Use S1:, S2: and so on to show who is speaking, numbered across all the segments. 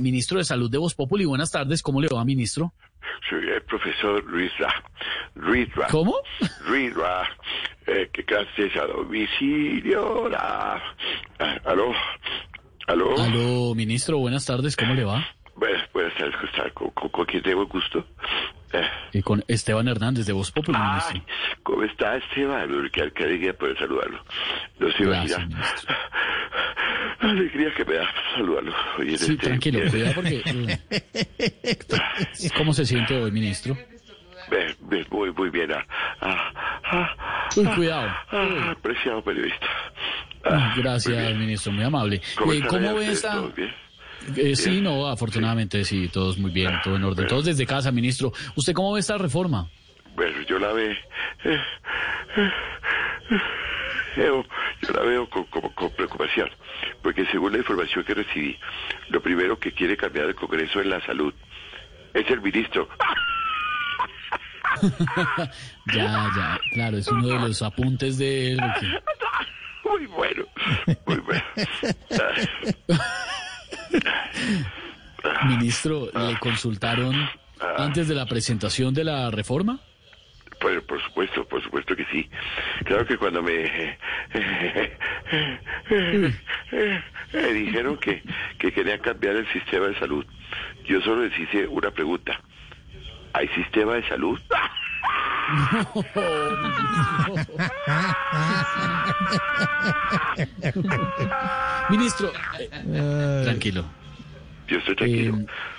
S1: ministro de Salud de Voz Populi. Buenas tardes, ¿cómo le va, ministro?
S2: Soy el profesor Luis Ra. Luis Ra.
S1: ¿Cómo?
S2: Luis Ra. Eh, que clases a domicilio. Ra. Ah, ¿Aló? ¿Aló?
S1: Aló, ministro, buenas tardes, ¿cómo le va?
S2: Bueno, Buenas tardes, Gustavo. ¿Con, con, con quién tengo el gusto? Eh,
S1: Eh, con Esteban Hernández de Voz Populi,
S2: ay,
S1: ministro.
S2: ¿cómo está Esteban? Qué qué alegría poder saludarlo. No se
S1: Gracias,
S2: imagina
S1: ministro.
S2: la alegría que me da saludarlo. Hoy en
S1: Sí,
S2: este-
S1: tranquilo,
S2: eh,
S1: cuidado porque... eh, ¿Cómo se siente hoy, ministro?
S2: eh, eh, muy, muy bien. Ah, ah, ah,
S1: Uy, cuidado.
S2: ah, apreciado periodista.
S1: Ah,
S2: Ah, muy
S1: Gracias,
S2: bien.
S1: ministro, muy amable.
S2: ¿Cómo,
S1: Eh,
S2: están
S1: ¿Cómo
S2: allá
S1: ve
S2: ustedes?
S1: esta...?
S2: ¿Todo bien?
S1: Eh, sí, no, afortunadamente sí, todos muy bien, todo en orden, todos desde casa, ministro. ¿Usted cómo ve esta reforma?
S2: Bueno, yo la eh, veo. Yo, eh, yo la veo con, como- con preocupación, porque según la información que recibí, lo primero que quiere cambiar el Congreso es la salud. Es el ministro.
S1: Ya, ya, claro, es uno de los apuntes de él. porque-
S2: Muy bueno, muy bueno.
S1: Ministro, ¿le consultaron antes de la presentación de la reforma?
S2: Por, por supuesto, por supuesto que sí. Claro que cuando me me dijeron que, que querían cambiar el sistema de salud, yo solo les hice una pregunta. ¿Hay sistema de salud?
S1: Ministro, eh, tranquilo.
S2: Yo estoy
S1: eh,
S2: tranquilo.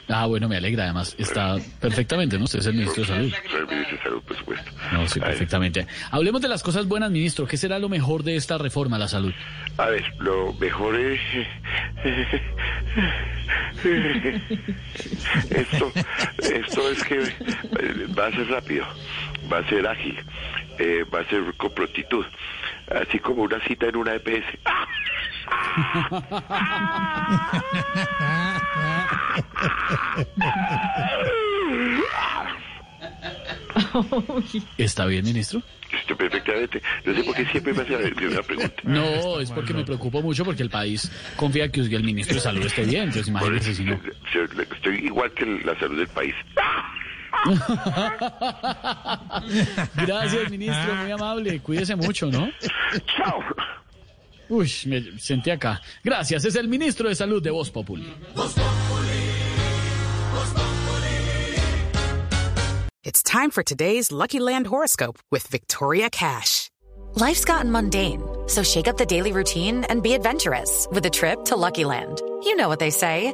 S1: ah, bueno, me alegra, además está perfectamente, ¿no? Usted es el ministro de Salud.
S2: Soy el ministro de salud, por supuesto.
S1: No, sí,
S2: A ver,
S1: perfectamente. Hablemos de las cosas buenas, ministro. ¿Qué será lo mejor de esta reforma a la salud?
S2: A ver, lo mejor es... Esto, esto es que eh, va a ser rápido, va a ser ágil, eh, va a ser con prontitud, así como una cita en una EPS. ¡Ah!
S1: ¿Está bien, ministro?
S2: Esto Este, perfectamente. No sé por qué siempre me hace la misma pregunta.
S1: No, es porque me preocupo mucho porque el país confía que el ministro de Salud esté bien. Entonces,
S2: Por eso,
S1: imagínese si no.
S2: yo- yo- Estoy igual que la salud del país. ¡Ah!
S1: Gracias, ministro, muy amable. Cuídese mucho, ¿no?
S2: ¡Chao!
S1: Uy, me senté acá. Gracias, es el ministro de Salud de Voz Populi.
S3: It's time for today's Lucky Land horoscope with Victoria Cash.
S4: Life's gotten mundane, so shake up the daily routine and be adventurous with a trip to Lucky Land. You know what they say